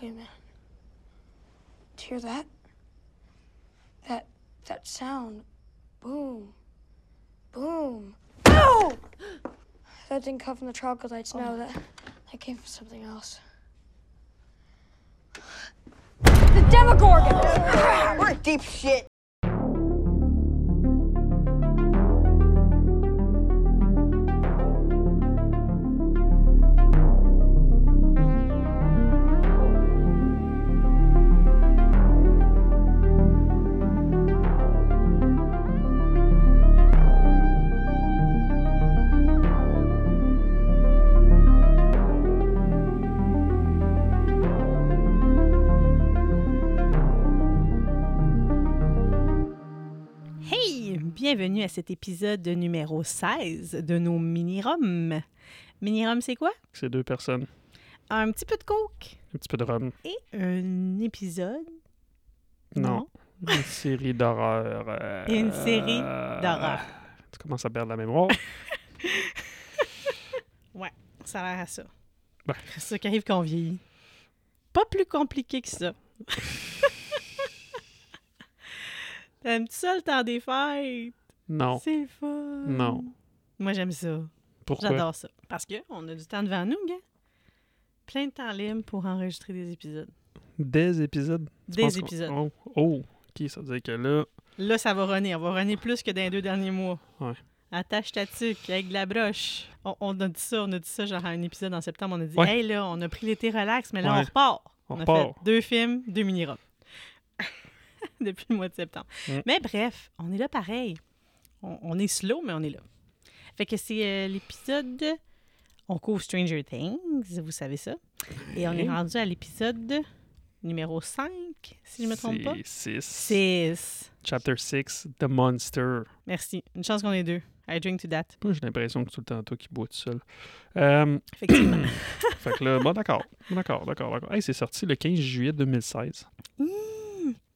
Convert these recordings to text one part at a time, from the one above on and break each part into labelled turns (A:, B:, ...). A: Wait a minute. Did you hear that? That that sound. Boom. Boom. Ow! That didn't come from the troglodytes. No, that that came from something else. The Demogorgon.
B: We're in deep shit.
C: Hey! Bienvenue à cet épisode numéro 16 de nos mini-roms. Mini-rom, c'est quoi?
D: C'est deux personnes.
C: Un petit peu de coke
D: Un petit peu de rhum.
C: et un épisode.
D: Non. Une série d'horreur. euh,
C: Une série
D: euh,
C: d'horreur.
D: Tu commences à perdre la mémoire.
C: Ça a l'air à ça.
D: Ben.
C: C'est ça qui arrive qu'on vieillit. Pas plus compliqué que ça. T'aimes-tu ça le temps des fêtes?
D: Non.
C: C'est le fun.
D: Non.
C: Moi, j'aime ça.
D: Pourquoi?
C: J'adore ça. Parce que on a du temps devant nous, gars. Plein de temps libre pour enregistrer des épisodes.
D: Des épisodes. Tu penses
C: Des
D: qu'on-
C: épisodes.
D: Oh, oh, ok, ça veut dire que là,
C: Là, ça va runner. On va runner plus que dans les deux derniers mois.
D: Ouais.
C: Attache ta tuque avec de la broche. On, on a dit ça, on a dit ça, genre à un épisode en septembre. On a dit,
D: Ouais.
C: hey là, on a pris l'été relax, mais là, on
D: Ouais.
C: repart.
D: On
C: a
D: repart.
C: fait deux films, deux mini-robes. Depuis le mois de septembre.
D: Mm.
C: Mais bref, on est là pareil. On, on est slow, mais on est là. Fait que c'est euh, l'épisode. On couvre Stranger Things, vous savez ça. Et on est
D: Ouais.
C: rendu à l'épisode numéro 5, si je me trompe pas.
D: c'est 6.
C: 6.
D: Chapter 6, The Monster.
C: Merci. Une chance qu'on est deux. I drink to that.
D: Moi, j'ai l'impression que c'est tout le temps toi qui bois tout seul. Euh,
C: Effectivement.
D: fait que là, bon, d'accord. D'accord, d'accord, d'accord. Hey, c'est sorti le 15 juillet 2016.
C: Mmh.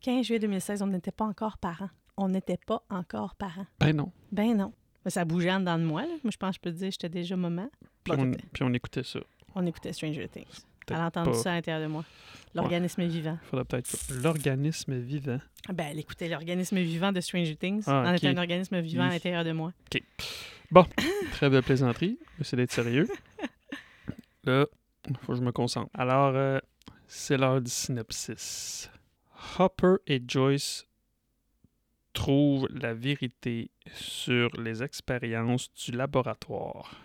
C: 15 juillet 2016, on n'était pas encore parents. On n'était pas encore parents.
D: Ben non.
C: Ben non. Ben, Ça bougeait en dedans de moi. là. Moi, je pense que je peux te dire j'étais déjà maman.
D: Puis,
C: Bon,
D: on,
C: t'étais-
D: puis on écoutait ça.
C: on écoutait Stranger Things. Elle
D: Peut-être
C: a entendu
D: pas.
C: ça à l'intérieur de moi. L'organisme vivant.
D: Faudrait peut-être que l'organisme vivant.
C: Ben, elle écoutait l'organisme vivant de Stranger Things.
D: Ah,
C: On
D: ok.
C: était un organisme vivant à
D: Il-
C: l'intérieur de moi.
D: Trêve de plaisanterie, j'essaie d'être sérieux. Là, faut que je me concentre. Alors, euh, c'est l'heure du synopsis. Hopper et Joyce trouvent la vérité sur les expériences du laboratoire.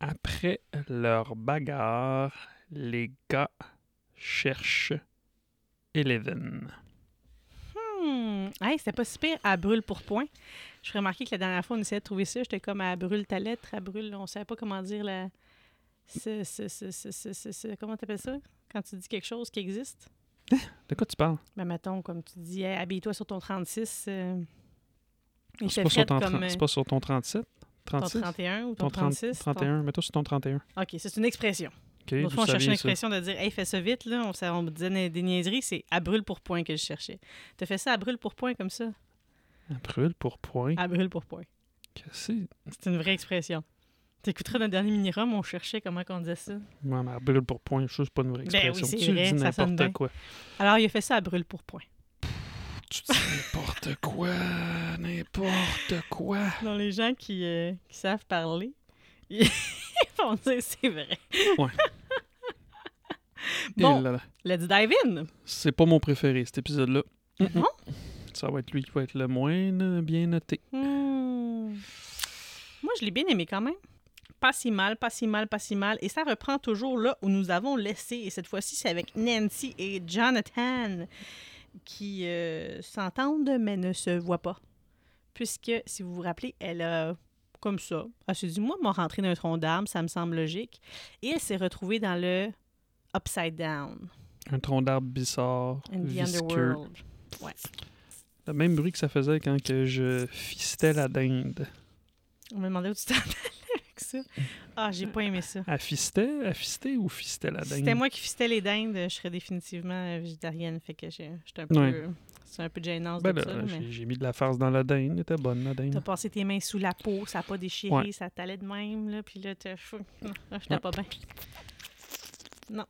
D: Après leur bagarre, les gars cherchent Eleven.
C: Hmm. Hey, c'était pas si pire à brûle pour point. Je remarquais que la dernière fois, on essayait de trouver ça. J'étais comme à brûle ta lettre, à brûle. On savait pas comment dire la. ce- ce- ce- ce- ce- ce- ce- Comment t'appelles ça? Quand tu dis quelque chose qui existe?
D: De quoi tu parles?
C: Ben, mettons, comme tu dis, Hey, habille-toi sur ton 36. euh, il
D: C'est
C: fait
D: pas, sur
C: fret
D: ton
C: comme,
D: tren-
C: euh,
D: c'est pas sur ton 37?
C: ton
D: 36?
C: 31 ou ton,
D: Ton 30
C: 36. ton-
D: 31, mets-toi sur ton 31.
C: OK, c'est une expression.
D: OK,
C: L'autre
D: vous
C: fois, on cherchait
D: saviez
C: une
D: ça.
C: expression de dire, hey, fais ça vite, là. On, sa- on me disait des- des niaiseries. C'est à brûle pour point que je cherchais. T'as fait ça à brûle pour point comme ça?
D: Brûle pour point.
C: À brûle pour point.
D: Qu'est-ce que
C: C'est une vraie expression. T'écouteras notre dernier mini-rum, on cherchait comment qu'on disait ça.
D: c'est? Ouais, mais brûle pour point, je sais, c'est pas une vraie
C: Ben oui,
D: expression.
C: c'est
D: tu
C: vrai,
D: dis
C: ça sonne bien.
D: n'importe quoi.
C: Alors, il a fait ça à brûle pour point.
D: Tu dis n'importe quoi, n'importe quoi.
C: Dans les gens qui, euh, qui savent parler, ils vont dire c'est vrai.
D: Ouais. Et
C: bon,
D: Eh là, là.
C: let's dive in.
D: C'est pas mon préféré, cet épisode-là.
C: Non?
D: Ça va être lui qui va être le moins euh, bien noté.
C: Hmm. Moi, je l'ai bien aimé quand même. Pas si mal, pas si mal, pas si mal. Et ça reprend toujours là où nous avons laissé. Et cette fois-ci, c'est avec Nancy et Jonathan qui euh, s'entendent mais ne se voient pas. Puisque, si vous vous rappelez, elle a, comme ça, elle s'est dit, moi, m'a rentré dans un tronc d'arbre, ça me semble logique. Et elle s'est retrouvée dans le Upside Down,
D: Un tronc d'arbre bizarre,
C: in the
D: visqueux.
C: Underworld. Ouais.
D: Le même bruit que ça faisait quand que je fistais la dinde.
C: On me demandait où tu t'en allais avec ça. Ah, j'ai pas aimé ça.
D: Elle fistait, elle fistait ou fistait la
C: Si
D: dinde?
C: c'était moi qui fistais les dindes, je serais définitivement euh, végétarienne. Fait que j'ai- j'étais un peu.
D: Ouais.
C: C'est un peu gênant
D: Ben
C: de
D: là,
C: ça, là, mais.
D: j'ai- j'ai mis de la farce dans la dinde, elle était bonne la dinde.
C: T'as passé tes mains sous la peau, ça n'a pas déchiré,
D: Ouais.
C: ça t'allait de même, là, puis là, t'as. Fou, ah, J'étais
D: Ouais.
C: pas bien. Non.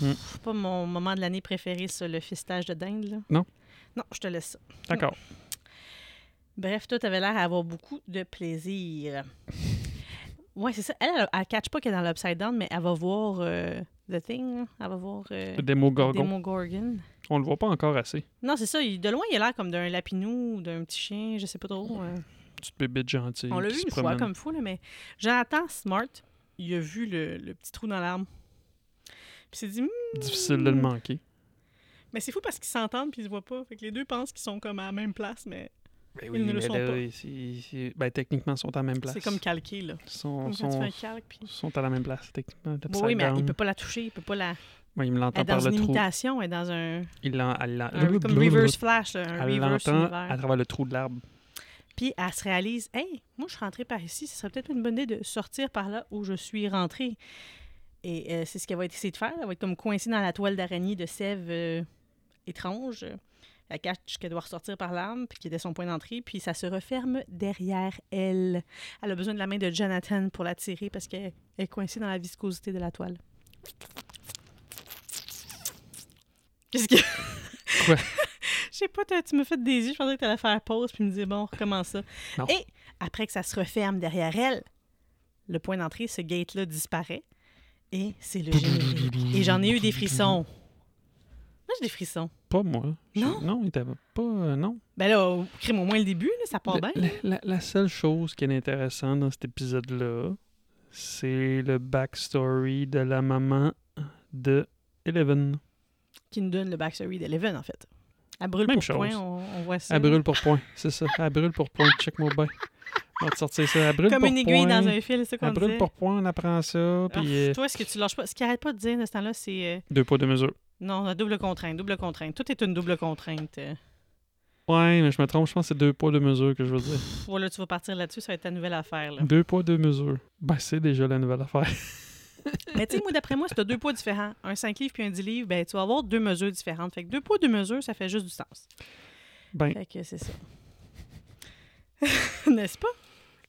D: Mm.
C: C'est pas mon moment de l'année préféré, ça, le fistage de dinde. là.
D: Non.
C: Non, je te laisse ça.
D: D'accord.
C: Bref, toi, t'avais l'air d'avoir beaucoup de plaisir. Ouais, c'est ça. Elle, elle, elle catch pas qu'elle est dans l'Upside Down, mais elle va voir euh, The Thing. hein. Elle va voir euh,
D: Le démo gorgon.
C: Demogorgon.
D: On le voit pas encore assez.
C: Non, c'est ça. il- de loin, il a l'air comme d'un lapinou, ou d'un petit chien, je sais pas trop. euh.
D: Petite bébé gentille.
C: On l'a
D: qui
C: vu
D: se
C: une fois
D: promène.
C: comme fou, là, mais Jonathan Smart, il a vu le, le petit trou dans l'arme. Puis il s'est dit, Hum,
D: Difficile de le manquer.
C: mais c'est fou parce qu'ils s'entendent puis ils se voient pas. Fait que les deux pensent qu'ils sont comme à la même place, mais
D: Ben
C: oui, Ils ne le mais sont là, pas.
D: Ben, techniquement, ils sont à la même place.
C: c'est comme calqué, là.
D: Ils sont,
C: Comme quand tu
D: sont-
C: fais un calque, puis...
D: sont à la même place, techniquement.
C: Bon, oui, mais il
D: Upside down.
C: peut pas la toucher, il peut pas la...
D: Ouais, il me
C: Elle
D: l'entend
C: est dans
D: par le
C: une
D: trou.
C: imitation, elle est dans un...
D: Il l'en- elle l'en-
C: un- comme reverse flash, là, un
D: Elle
C: reverse
D: l'entend à
C: univers.
D: travers le trou de l'arbre.
C: Puis elle se réalise, hey, moi je suis rentrée par ici, ce serait peut-être une bonne idée de sortir par là où je suis rentrée. Et euh, c'est ce qu'elle va essayer de faire. Elle va être comme coincée dans la toile d'araignée de sève euh, étrange. Elle cache qu'elle doit ressortir par l'arme, puis qui était son point d'entrée, puis ça se referme derrière elle. Elle a besoin de la main de Jonathan pour la tirer parce qu'elle est coincée dans la viscosité de la toile. Qu'est-ce que.
D: Quoi?
C: Je sais pas, t'as- tu me fais des yeux, je pensais que t'allais faire pause puis me dire bon, recommence ça.
D: Non.
C: Et après que ça se referme derrière elle, le point d'entrée, ce gate-là disparaît et c'est le générique. Et j'en ai eu des frissons. Moi, j'ai des frissons.
D: Pas moi. Je-
C: Non?
D: Non, il était pas. euh, non.
C: Ben là, au- crime au moins le début, là, ça part
D: Le-
C: bien.
D: La, la- la seule chose qui est intéressante dans cet épisode-là, c'est le backstory de la maman de Eleven.
C: Qui nous donne le backstory d'Eleven, en fait. Elle brûle
D: Même
C: pour
D: chose.
C: point, on, on voit ça.
D: Elle brûle pour point, c'est ça. Elle brûle pour point, check-moi bien. On va te sortir ça. Elle brûle
C: Comme
D: pour
C: une aiguille
D: point.
C: dans un fil, c'est ça qu'on
D: Elle brûle
C: disait.
D: pour point, on apprend ça.
C: Ah,
D: Puis euh,
C: Toi, ce que tu lâches pas, ce qu'il arrête pas de dire de ce temps-là, c'est euh,
D: deux poids, deux mesures.
C: non, la double contrainte, double contrainte. Tout est une double contrainte. Euh,
D: Ouais, mais je me trompe, je pense que c'est deux poids, deux mesures que je veux dire.
C: pff, voilà, tu vas partir là-dessus, ça va être ta nouvelle affaire. Là.
D: Deux poids, deux mesures. Ben, c'est déjà la nouvelle affaire.
C: Mais tu sais, moi, d'après moi, si tu as deux poids différents, un 5 livres puis un 10 livres, ben, tu vas avoir deux mesures différentes. Fait que deux poids, deux mesures, ça fait juste du sens.
D: Ben,
C: Fait que c'est ça. N'est-ce pas?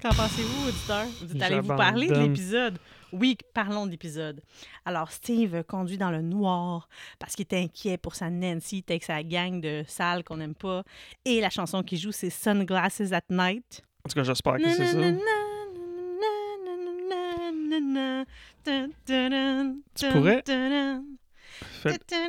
C: Qu'en pensez-vous, auditeurs? Vous dites, allez-vous parler de
D: J'abandonne.
C: l'épisode? Oui, parlons de l'épisode. Alors, Steve conduit dans le noir parce qu'il est inquiet pour sa Nancy, avec sa gang de salles qu'on n'aime pas. Et la chanson qu'il joue, c'est Sunglasses at Night.
D: en tout cas, j'espère que c'est ça.
C: Tu
D: pourrais- Fait- Force-toi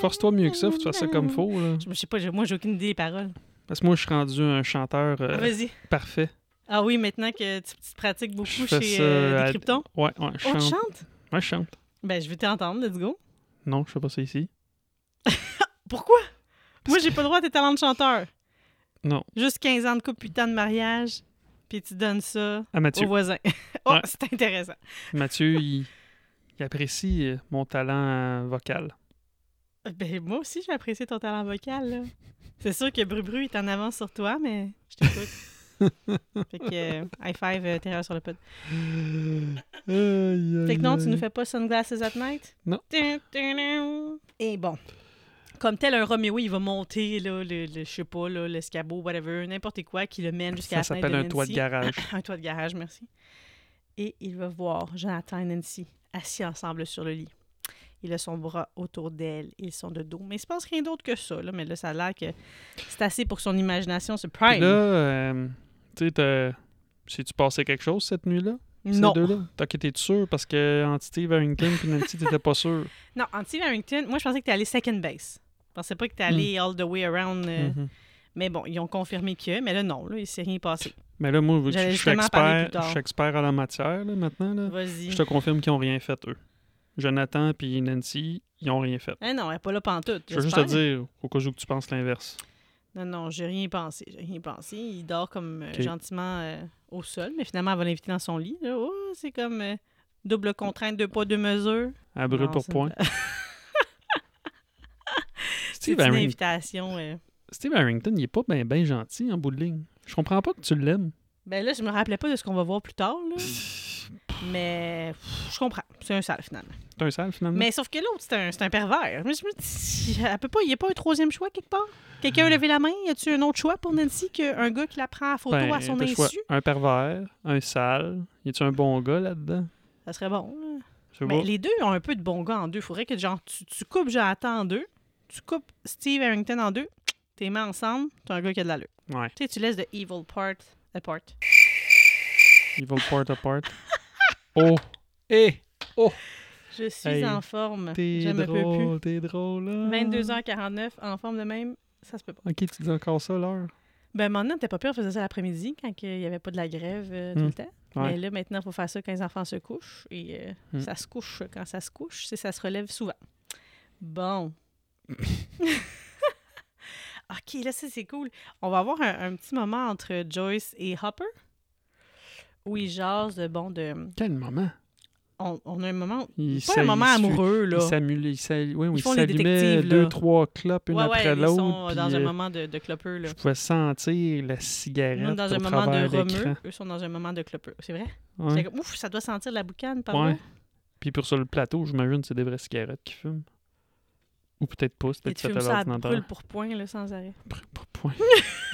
C: Force-toi
D: mieux que ça, faut que tu fasses ça comme faut. Là.
C: Je sais pas, j'ai- moi, j'ai aucune idée des paroles.
D: Parce que moi, je suis rendu un chanteur euh,
C: Vas-y.
D: parfait.
C: Ah oui, maintenant que tu, tu te pratiques beaucoup
D: Je
C: chez
D: fais ça
C: euh,
D: à-
C: les Kryptons.
D: Ouais, ouais, je
C: Oh, tu
D: chante.
C: chantes?
D: Ouais, je chante.
C: Ben, je veux t'entendre, let's go.
D: Non, je fais pas ça ici.
C: Pourquoi? Moi, j'ai pas le droit à tes talents de chanteur.
D: Non,
C: Juste 15 ans de couple, 8 ans de mariage, puis tu donnes ça
D: à Ah, Mathieu.
C: aux voisins. oh,
D: Ouais.
C: c'est intéressant.
D: Mathieu, il, il apprécie euh, mon talent euh, vocal.
C: Ben, moi aussi, j'ai apprécié ton talent vocal, là. C'est sûr que Bru Bru est en avance sur toi, mais je t'écoute. fait que, euh, high five, euh, Terreur sur le pod. Fait que non, tu nous fais pas Sunglasses at Night?
D: Euh. Non.
C: Tin, tin, tin. Et bon. Comme tel un Roméo, il va monter, là, le, le- je sais pas, là, l'escabeau, whatever, n'importe quoi qui le mène jusqu'à
D: Ça
C: la fenêtre
D: s'appelle
C: de
D: un toit de
C: Nancy.
D: garage.
C: Un toit de garage, merci. Et il va voir Jonathan et Nancy assis ensemble sur le lit. Il a son bras autour d'elle, ils sont de dos. Mais il se passe rien d'autre que ça, là. Mais là, ça a l'air que c'est assez pour que son imagination se
D: Puis
C: prime.
D: là, euh, tu sais, t'as- si tu passais quelque chose cette nuit-là,
C: non.
D: ces deux-là, t'as été sûr parce que entre Steve Harrington puis Nancy, t'étais pas sûr.
C: Non, Antti Harrington, moi, je pensais que t'es allé second base. Je pensais pas que
D: Hmm.
C: t'es allé all the way around. euh,
D: Mhm.
C: Mais bon, ils ont confirmé que, mais là, non, là, il s'est rien passé.
D: Mais là, moi, vu que je
C: J'allais
D: je suis
C: justement parler
D: expert,
C: plus tard.
D: je suis expert à la matière là, maintenant, là,
C: Vas-y.
D: je te confirme qu'ils ont rien fait, eux. Jonathan puis Nancy, ils ont rien fait.
C: Ah non, elle n'est pas là pantoute.
D: Je veux juste te
C: j'espère.
D: dire, au cas où que tu penses l'inverse.
C: Non, non, j'ai rien pensé. J'ai rien pensé. Il dort comme euh,
D: Ok.
C: gentiment euh, au sol, mais finalement, elle va l'inviter dans son lit. là. Oh, c'est comme euh, double contrainte, deux poids, deux mesures.
D: À brûle
C: Non,
D: pour
C: c'est une
D: point.
C: blague. C'est
D: Steve,
C: une
D: Harring-
C: invitation. euh.
D: Steve Harrington, il est pas bien ben gentil en bout de ligne. Je comprends pas que tu l'aimes.
C: Ben là, je me rappelais pas de ce qu'on va voir plus tard, là, mais pff, je comprends. C'est un sale, finalement.
D: T'es un sale, finalement.
C: Mais sauf que l'autre, c'est un, c'est un pervers. Mais je me dis, elle peut pas, il n'y a pas un troisième choix quelque part? Quelqu'un a
D: Mm.
C: levé la main? Y a-tu un autre choix pour Nancy qu'un gars qui la prend en photo
D: Ben,
C: à son
D: t'as le
C: insu?
D: choix. Un pervers, un sale. Y a-tu un bon gars là-dedans?
C: Ça serait bon. là.
D: C'est
C: Mais
D: bon.
C: les deux ont un peu de bon gars en deux. Faudrait que genre tu, tu coupes Jonathan en deux, tu coupes Steve Harrington en deux, t'es mis ensemble, t'as un gars qui a de l'allure.
D: Ouais.
C: Tu sais, tu laisses de evil part apart.
D: Evil part apart. Oh! Hé!
C: Je suis
D: Hey,
C: en forme. Ah, Je
D: T'es
C: me peux
D: drôle, t'es drôle, là.
C: plus. 22h49 en forme de même, ça se peut pas.
D: Ok, tu dis encore ça, l'heure.
C: Ben maintenant, t'es pas pire, on faisait ça l'après-midi quand il n'y avait pas de la grève euh, tout
D: Hmm.
C: le temps.
D: Ouais.
C: Mais là, maintenant, il faut faire ça quand les enfants se couchent. Et euh,
D: Hmm.
C: ça se couche quand ça se couche, c'est ça se relève souvent. Bon. OK, là, ça, c'est cool. On va avoir un, un petit moment entre Joyce et Hopper où ils jasent de, bon, de...
D: Quel moment!
C: On, on a un moment...
D: Il
C: pas un moment amoureux, là.
D: Ils s'amu- ils s'al- oui, oui,
C: Ils
D: ils
C: font les
D: s'allumaient
C: détectives,
D: deux,
C: là.
D: trois clopes, une
C: Ouais, ouais,
D: après
C: ils
D: l'autre.
C: sont euh, dans
D: puis,
C: un
D: euh,
C: moment de, de clopeux, là.
D: Je pouvais sentir la
C: Nous,
D: cigarette
C: dans
D: au
C: un moment de
D: travers l'écran.
C: romeux, eux sont dans un moment de clopeux. C'est vrai?
D: Ouais.
C: C'est comme, ouf, ça doit sentir la boucane par
D: Ouais.
C: là.
D: Puis pour sur le plateau, j'imagine que c'est des vraies cigarettes qu'ils fument. Ou peut-être pas, c'est
C: Et
D: peut-être
C: tu
D: fait
C: fumes
D: à
C: ça à brûle
D: l'ordinateur.
C: pour point, là, sans arrêt.
D: Brûle pour point.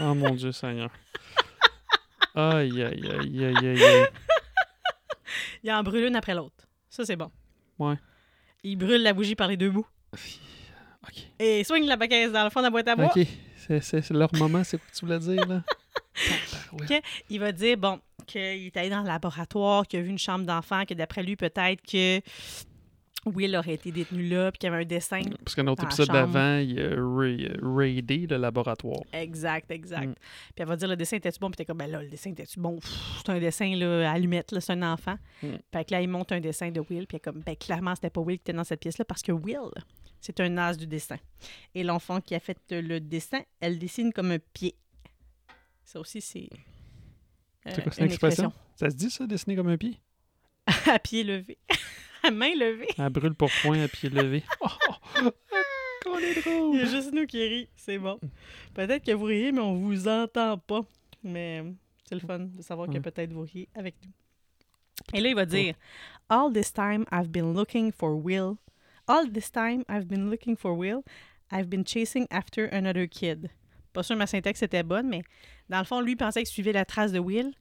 D: oh mon Dieu Seigneur. Aïe, aïe, aïe, aïe, aïe, aïe.
C: Il en brûle une après l'autre. Ça, c'est bon.
D: Ouais.
C: Il brûle la bougie par les deux bouts.
D: OK.
C: Et soigne la baquette dans le fond de la boîte à bois.
D: OK. C'est- C'est c'est leur moment, c'est quoi que tu voulais dire, là? Tabarouette.
C: Il va dire, bon, qu'il est allé dans le laboratoire, qu'il a vu une chambre d'enfant, que d'après lui, peut-être que Will aurait été détenu là, puis qu'il y avait un dessin.
D: Parce qu'un
C: Dans
D: autre
C: la
D: épisode
C: chambre. Euh,
D: d'avant, il a ra- raidé le laboratoire.
C: Exact, exact.
D: Mm.
C: Puis elle va dire, le dessin était-tu bon? Puis t'es comme, ben là, le dessin était-tu bon? Pff, C'est un dessin, là, à allumette, là, c'est un enfant.
D: Mm.
C: Fait que là, il monte un dessin de Will, puis elle est comme, ben clairement, c'était pas Will qui était dans cette pièce-là, parce que Will, c'est un as du dessin. Et l'enfant qui a fait euh, le dessin, elle dessine comme un pied. Ça aussi, c'est. euh,
D: C'est quoi, c'est une expression? Ça se dit, ça, dessiner comme un pied?
C: expression. à pied levé. à main levée.
D: Elle brûle pour point à pied levé. Oh, oh, qu'on est
C: Il y a
D: drôle!
C: juste nous qui rit, c'est bon. Peut-être que vous riez, mais on vous entend pas. Mais euh, c'est le fun de savoir que
D: Ouais.
C: peut-être vous riez avec nous. Et là, il va dire
D: Oh.
C: All this time I've been looking for Will. All this time I've been looking for Will. I've been chasing after another kid. Pas sûr que ma syntaxe était bonne, mais dans le fond, lui pensait qu'il suivait la trace de Will,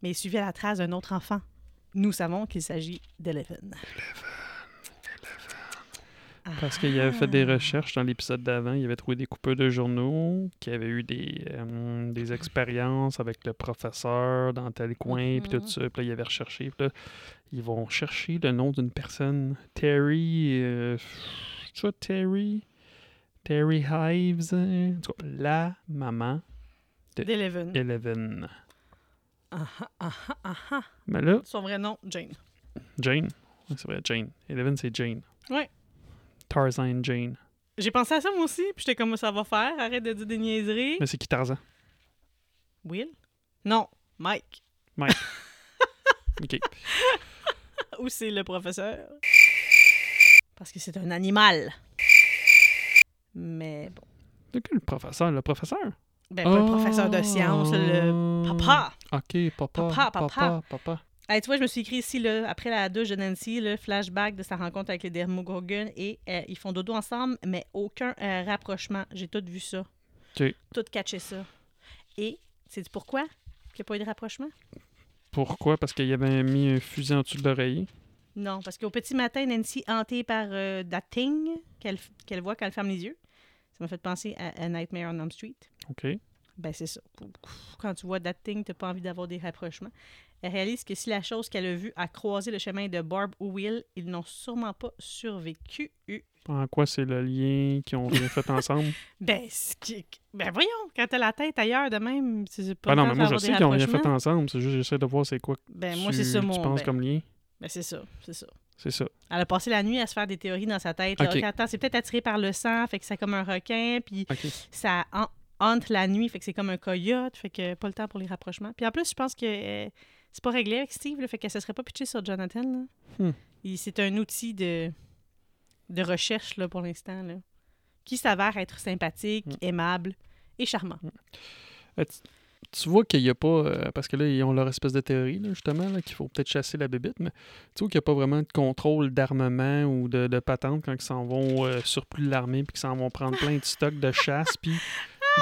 C: mais il suivait la trace d'un autre enfant. Nous savons qu'il s'agit d'Eleven.
D: Parce qu'il avait fait
C: Ah.
D: des recherches dans l'épisode d'avant. Il avait trouvé des coupeurs de journaux qui avaient eu des, euh, des expériences avec le professeur dans tel coin, puis tout ça. Puis là, il avait recherché. Puis là, ils vont chercher le nom d'une personne. Terry... euh, tu vois, Terry... Terry Hives. hein? En tout cas, la maman
C: D'Eleven.
D: Eleven.
C: Ah ah ah ah ah.
D: Mais là,
C: Son vrai nom, Jane.
D: Jane. Ouais, c'est vrai, Jane. Eleven, c'est Jane.
C: Ouais.
D: Tarzan Jane.
C: J'ai pensé à ça moi aussi, puis j'étais comme ça va faire, arrête de dire des niaiseries.
D: Mais c'est qui Tarzan?
C: Will? Non, Mike.
D: OK.
C: Ou c'est le professeur. Parce que c'est un animal. Mais bon.
D: De quel professeur? Le professeur?
C: Ben, pas le professeur de sciences, le papa.
D: Oh. OK, papa.
C: Papa,
D: Papa,
C: papa.
D: papa.
C: Hey, tu vois, je me suis écrit ici, là, après la douche de Nancy, le flashback de sa rencontre avec les Dermogorgon, et euh, ils font dodo ensemble, mais aucun euh, rapprochement. J'ai tout vu ça.
D: OK.
C: Tout catché ça. Et, sais-tu pourquoi qu'il n'y a pas eu de rapprochement?
D: Pourquoi? Parce qu'il avait mis un fusil en dessous de l'oreiller.
C: Non, parce qu'au petit matin, Nancy, hantée par euh, la thing qu'elle f- qu'elle voit quand elle ferme les yeux, ça m'a fait penser à, à Nightmare on Elm Street.
D: OK.
C: Ben, c'est ça. Quand tu vois that thing, t'as pas envie d'avoir des rapprochements. Elle réalise que si la chose qu'elle a vue a croisé le chemin de Barb ou Will, ils n'ont sûrement pas survécu.
D: En quoi c'est le lien qu'ils ont bien fait ensemble?
C: Ben, c'est qui- ben voyons, quand t'as la tête ailleurs de même, c'est pas
D: ah non,
C: le temps
D: mais moi je
C: d'avoir des
D: sais qu'ils ont rien fait
C: rapprochements.
D: ensemble. C'est juste j'essaie de voir c'est quoi que
C: Ben, moi,
D: tu-
C: c'est ça,
D: tu
C: mon...
D: penses
C: ben,
D: comme lien.
C: ben, c'est ça, c'est ça.
D: C'est ça.
C: Elle a passé la nuit à se faire des théories dans sa tête. là.
D: Ok.
C: Ok, attends, c'est peut-être attiré par le sang, fait que c'est comme un requin, puis
D: OK.
C: ça han- hante la nuit, fait que c'est comme un coyote, fait que pas le temps pour les rapprochements. Puis en plus, je pense que euh, c'est pas réglé avec Steve, là, fait qu'elle se serait pas pitchée sur Jonathan. là.
D: Hmm.
C: Il- C'est un outil de, de recherche là, pour l'instant, là, qui s'avère être sympathique,
D: Hmm.
C: aimable et charmant.
D: Euh, tu- Tu vois qu'il n'y a pas. euh, parce que là, ils ont leur espèce de théorie, là, justement, là, qu'il faut peut-être chasser la bébite, mais tu vois qu'il n'y a pas vraiment de contrôle d'armement ou de, de patente quand ils s'en vont euh, surplus de l'armée puis qu'ils s'en vont prendre plein de stocks de chasse puis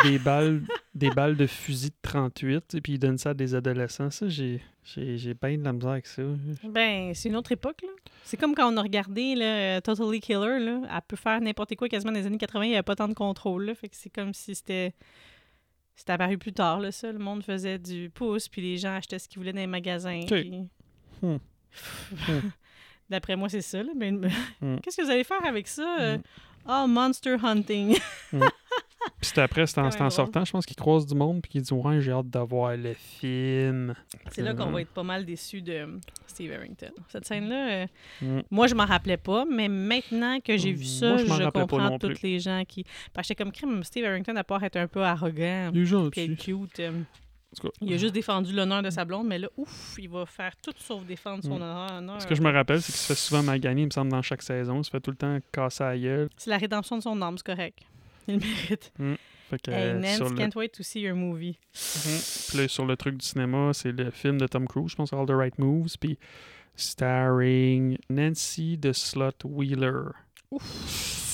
D: des balles des balles de fusil de 38 et puis ils donnent ça à des adolescents. Ça, j'ai. J'ai j'ai bien de la misère avec ça.
C: Ben, c'est une autre époque, là. C'est comme quand on a regardé là, euh, Totally Killer, là. Elle peut faire n'importe quoi quasiment dans les années 80, il n'y avait pas tant de contrôle, là. Fait que c'est comme si c'était. C'était apparu plus tard, là, ça. Le monde faisait du pouce, puis les gens achetaient ce qu'ils voulaient dans les magasins.
D: Ok.
C: puis-
D: Hmm.
C: D'après moi, c'est ça, là. Mais...
D: Hmm.
C: Qu'est-ce que vous allez faire avec ça? euh? Ah, Monster Hunting!
D: Puis c'est après, c'est en,
C: Quand
D: c'est
C: même
D: en
C: drôle.
D: sortant, je pense qu'ils croisent du monde puis qu'ils disent Ouais, j'ai hâte d'avoir le film.
C: C'est là qu'on
D: Mhm.
C: va être pas mal déçus de Steve Harrington. Cette scène-là, euh,
D: Mm.
C: moi, je m'en rappelais pas, mais maintenant que j'ai vu
D: Mm,
C: ça,
D: moi,
C: je,
D: je m'en rappelais pas
C: comprends
D: non plus.
C: toutes les gens qui. Parce que j'étais comme crime, Steve Harrington, à part être un peu arrogant
D: Les gens
C: puis être
D: dessus.
C: cute, euh,
D: En tout cas,
C: il a juste défendu l'honneur de sa blonde, mais là, ouf, il va faire tout sauf défendre son
D: Mm.
C: honneur. honneur.
D: Ce que je me rappelle, c'est qu'il se fait souvent maganer, il me semble, dans chaque saison. Il se fait tout le temps casser à gueule.
C: C'est la rédemption de son âme, c'est correct. Il le mérite.
D: Fait que,
C: hey,
D: euh,
C: Nance,
D: sur le...
C: can't wait to see your movie.
D: Mhm. Puis là, sur le truc du cinéma, c'est le film de Tom Cruise, je pense, All the Right Moves, puis starring Nancy de Slot Wheeler.
C: Ouf.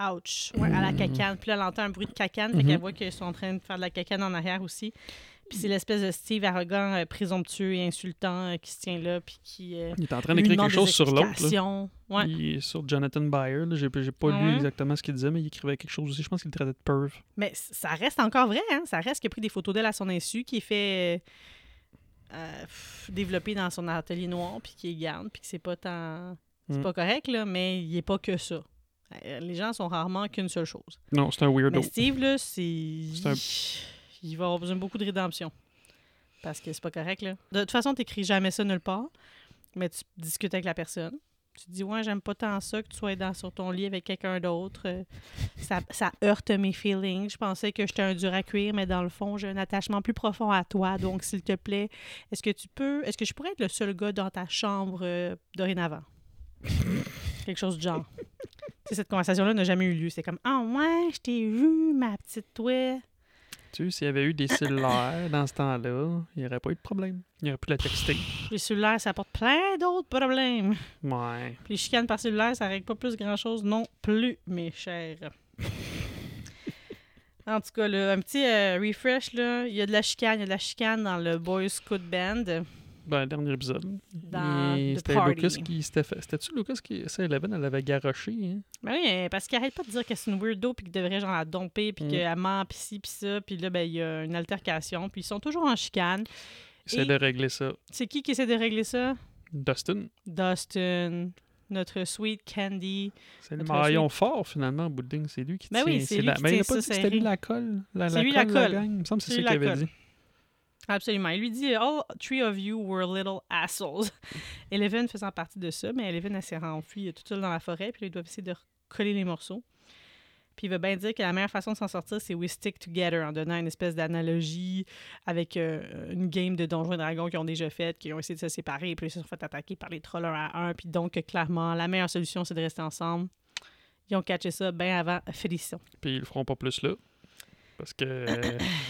C: Ouch. Ouais, à la
D: Mm.
C: cacane. Puis là, elle entend un bruit de cacane. Fait
D: Mhm.
C: qu'elle voit qu'ils sont en train de faire de la cacane en arrière aussi. Puis c'est l'espèce de Steve arrogant, euh, présomptueux et insultant euh, qui se tient là. Puis qui. euh,
D: Il est en train
C: lui
D: d'écrire
C: demande
D: quelque chose
C: des
D: sur l'autre. là. Mm.
C: explications. Ouais.
D: Il est sur Jonathan Byer. là. J'ai j'ai pas
C: Ah
D: lu
C: ouais?
D: exactement ce qu'il disait, mais il écrivait quelque chose aussi. Je pense qu'il le traitait de perv.
C: Mais c- ça reste encore vrai. Hein? Ça reste qu'il a pris des photos d'elle à son insu, qui est fait. euh, euh, pff, développer dans son atelier noir, puis qui garde, puis que c'est pas tant. C'est
D: Mm.
C: pas correct, là, mais il est pas que ça. Euh, Les gens sont rarement qu'une seule chose.
D: Non, c'est un weirdo.
C: Mais Steve, là, c'est.
D: C'est un-
C: Il va avoir besoin de beaucoup de rédemption. Parce que c'est pas correct, là. De toute façon, t'écris jamais ça nulle part, mais tu discutes avec la personne. Tu te dis, ouais, j'aime pas tant ça que tu sois dans, sur ton lit avec quelqu'un d'autre. Euh, Ça, ça heurte mes feelings. Je pensais que j'étais un dur à cuire, mais dans le fond, j'ai un attachement plus profond à toi. Donc, s'il te plaît, est-ce que tu peux. Est-ce que je pourrais être le seul gars dans ta chambre euh, dorénavant? Quelque chose du genre. Tu sais, cette conversation-là n'a jamais eu lieu. C'est comme Ah ouais, je t'ai vu, ma petite toi.
D: Tu sais, s'il y avait eu des cellulaires dans ce temps-là, il n'y aurait pas eu de problème. Il aurait pu la texter.
C: Puis Les cellulaires, ça apporte plein d'autres problèmes.
D: Ouais.
C: Puis les chicanes par cellulaire, ça règle pas plus grand-chose non plus, mes chers. En tout cas, là, un petit euh, refresh, là. Il y a de la chicane, il y a de la chicane dans le Boy Scout Band.
D: Dans Ben, le dernier épisode.
C: Dans
D: Et
C: The
D: C'était
C: Party.
D: Lucas qui s'était fait. C'était-tu Lucas qui. Ça, Eleven, elle avait garoché. Hein?
C: Ben oui, euh, parce qu'il arrête pas de dire que c'est une weirdo, puis qu'il devrait genre la domper, puis
D: Mm.
C: qu'elle ment, puis ci, puis ça. Puis là, ben, il y a une altercation. Puis ils sont toujours en chicane.
D: Il essaie
C: Et-
D: de régler ça.
C: C'est qui qui essaie de régler ça?
D: Dustin,
C: Dustin, notre sweet Candy.
D: c'est le
C: Notre
D: maillon fort finalement, Boudding. C'est lui qui
C: Ben
D: tient.
C: oui, c'est lui
D: la...
C: qui
D: Mais
C: tient
D: il a pas
C: ça
D: dit que c'était
C: serré.
D: lui la colle. La,
C: C'est lui la colle.
D: gang. Il me semble que
C: C'est
D: c'est
C: lui
D: ça qu'il
C: la
D: avait
C: colle.
D: dit.
C: Absolument. Il lui dit All three of you were little assholes. Eleven faisant partie de ça, mais Eleven, elle s'est renfuie toute seule dans la forêt, puis là, ils doivent essayer de coller les morceaux. Puis il veut bien dire que la meilleure façon de s'en sortir, c'est We Stick Together, en donnant une espèce d'analogie avec euh, une game de Donjons et Dragons qu'ils ont déjà faite, qu'ils ont essayé de se séparer, puis ils se sont fait attaquer par les trolls un à un, puis donc, que clairement, la meilleure solution, c'est de rester ensemble. Ils ont catché ça bien avant Félicien.
D: Puis ils le feront pas plus là. Parce que. euh,